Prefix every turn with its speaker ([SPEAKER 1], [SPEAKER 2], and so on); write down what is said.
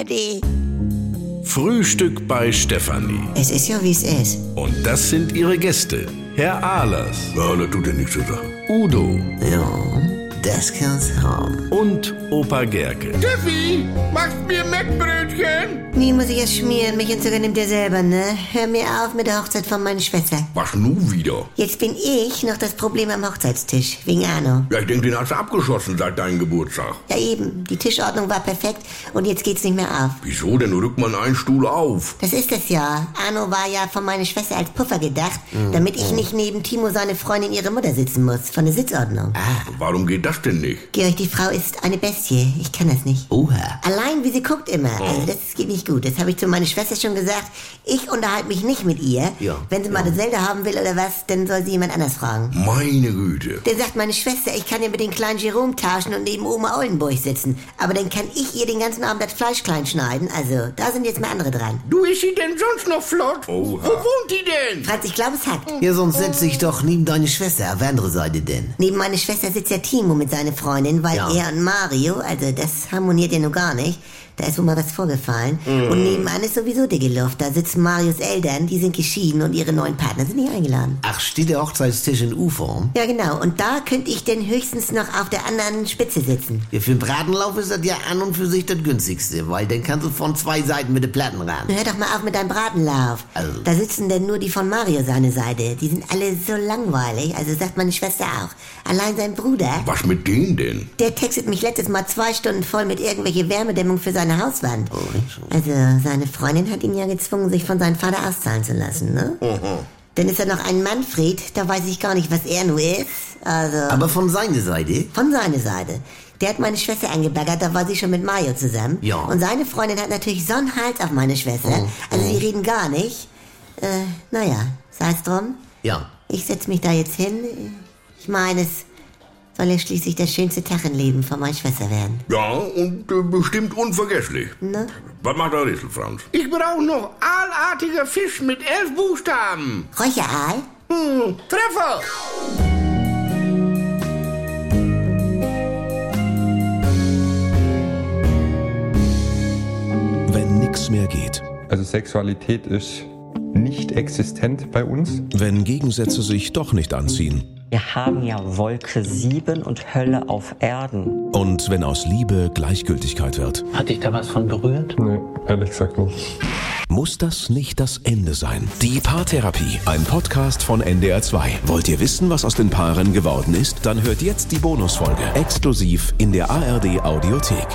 [SPEAKER 1] Eddie.
[SPEAKER 2] Frühstück bei Stefanie.
[SPEAKER 1] Es ist ja, wie es ist.
[SPEAKER 2] Und das sind ihre Gäste. Herr Ahlers. Ja, das tut ja nichts zu sagen. Udo
[SPEAKER 1] Ja, das kann's haben.
[SPEAKER 2] und Opa Gerke.
[SPEAKER 3] Steffi, machst mir Mettbrötchen?
[SPEAKER 1] Nee, muss ich jetzt schmieren. Mich und sogar nimmt ihr selber, ne? Hör mir auf mit der Hochzeit von meiner Schwester.
[SPEAKER 3] Was nun wieder?
[SPEAKER 1] Jetzt bin ich noch das Problem am Hochzeitstisch, wegen Arno.
[SPEAKER 3] Ja, ich denke, den hast du abgeschossen seit deinem Geburtstag.
[SPEAKER 1] Ja, eben. Die Tischordnung war perfekt und jetzt geht's nicht mehr auf.
[SPEAKER 3] Wieso denn? Rückt man einen Stuhl auf.
[SPEAKER 1] Das ist es ja. Arno war ja von meiner Schwester als Puffer gedacht, damit ich nicht neben Timo seine Freundin ihre Mutter sitzen muss, von der Sitzordnung.
[SPEAKER 3] Warum geht das denn nicht?
[SPEAKER 1] Georg, die Frau ist eine Bestie. Ich kann das nicht.
[SPEAKER 4] Oha. Oh.
[SPEAKER 1] Allein wie sie guckt immer. Also das geht nicht gut. Das habe ich zu meiner Schwester schon gesagt. Ich unterhalte mich nicht mit ihr.
[SPEAKER 4] Ja,
[SPEAKER 1] Wenn sie mal eine Zelda haben will oder was, dann soll sie jemand anders fragen.
[SPEAKER 3] Meine Güte.
[SPEAKER 1] Dann sagt meine Schwester, ich kann ja mit den kleinen Jerome tauschen und neben Oma Oldenburg sitzen. Aber dann kann ich ihr den ganzen Abend das Fleisch klein schneiden. Also, da sind jetzt mal andere dran.
[SPEAKER 3] Du, ist sie denn sonst noch flott?
[SPEAKER 2] Oha.
[SPEAKER 3] Wo wohnt die denn?
[SPEAKER 1] Franz, ich glaube, es hackt.
[SPEAKER 4] Ja, sonst setz dich doch neben deine Schwester. Auf andere Seite denn.
[SPEAKER 1] Neben meiner Schwester sitzt ja Timo mit seiner Freundin, weil
[SPEAKER 4] Ja.
[SPEAKER 1] er und Mario, also das harmoniert ja nur gar nicht. Da ist wohl mal was vorgefallen.
[SPEAKER 4] Mm.
[SPEAKER 1] Und nebenan ist sowieso dicke Luft. Da sitzen Marios Eltern, die sind geschieden und ihre neuen Partner sind nicht eingeladen.
[SPEAKER 4] Ach, steht der Hochzeitstisch in U-Form?
[SPEAKER 1] Ja, genau. Und da könnte ich denn höchstens noch auf der anderen Spitze sitzen.
[SPEAKER 4] Ja, für den Bratenlauf ist das ja an und für sich das günstigste, weil dann kannst du von zwei Seiten mit den Platten ran.
[SPEAKER 1] Hör doch mal auf mit deinem Bratenlauf.
[SPEAKER 4] Also-
[SPEAKER 1] Da sitzen denn nur die von Mario seine Seite. Die sind alle so langweilig. Also sagt meine Schwester auch. Allein sein Bruder,
[SPEAKER 3] Was mit dem denn?
[SPEAKER 1] der textet mich letztes Mal zwei Stunden voll mit irgendwelche Wärmedämmung für seine Hauswand. Also seine Freundin hat ihn ja gezwungen, sich von seinem Vater auszahlen zu lassen, ne? Dann ist er noch ein Manfred. Da weiß ich gar nicht, was er nur ist. Also...
[SPEAKER 4] Aber von seiner Seite?
[SPEAKER 1] Von seiner Seite. Der hat meine Schwester angebaggert, da war sie schon mit Mario zusammen.
[SPEAKER 4] Ja.
[SPEAKER 1] Und seine Freundin hat natürlich so einen Hals auf meine Schwester. Also die reden gar nicht. Äh, naja, sei's drum.
[SPEAKER 4] Ja.
[SPEAKER 1] Ich setz mich da jetzt hin. Ich meine, es soll ja schließlich der schönste Tag im Leben von meiner Schwester werden.
[SPEAKER 3] Ja, und äh, bestimmt unvergesslich.
[SPEAKER 1] Ne?
[SPEAKER 3] Was macht der Rissel, Franz? Ich brauche noch aalartiger Fisch mit elf Buchstaben.
[SPEAKER 1] Räucheraal?
[SPEAKER 3] Hm, Treffer!
[SPEAKER 5] Wenn nichts mehr geht.
[SPEAKER 6] Also Sexualität ist nicht existent bei uns.
[SPEAKER 5] Wenn Gegensätze sich doch nicht anziehen.
[SPEAKER 7] Wir haben ja Wolke 7 und Hölle auf Erden.
[SPEAKER 5] Und wenn aus Liebe Gleichgültigkeit wird.
[SPEAKER 8] Hat dich da was von berührt?
[SPEAKER 6] Nee, ehrlich gesagt nicht.
[SPEAKER 5] Muss das nicht das Ende sein? Die Paartherapie, ein Podcast von NDR2. Wollt ihr wissen, was aus den Paaren geworden ist? Dann hört jetzt die Bonusfolge exklusiv in der ARD Audiothek.